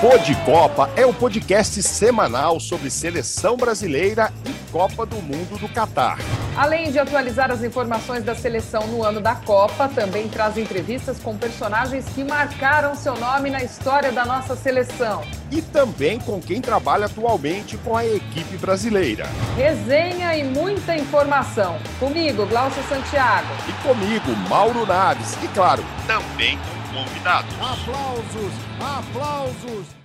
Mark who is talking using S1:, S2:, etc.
S1: Pod Copa é o podcast semanal sobre seleção brasileira e Copa do Mundo do Catar.
S2: Além de atualizar as informações da seleção no ano da Copa, também traz entrevistas com personagens que marcaram seu nome na história da nossa seleção.
S1: E também com quem trabalha atualmente com a equipe brasileira.
S2: Resenha e muita informação. Comigo, Glaucio Santiago.
S1: E comigo, Mauro Naves. E claro, também com convidados.
S3: Aplausos, aplausos.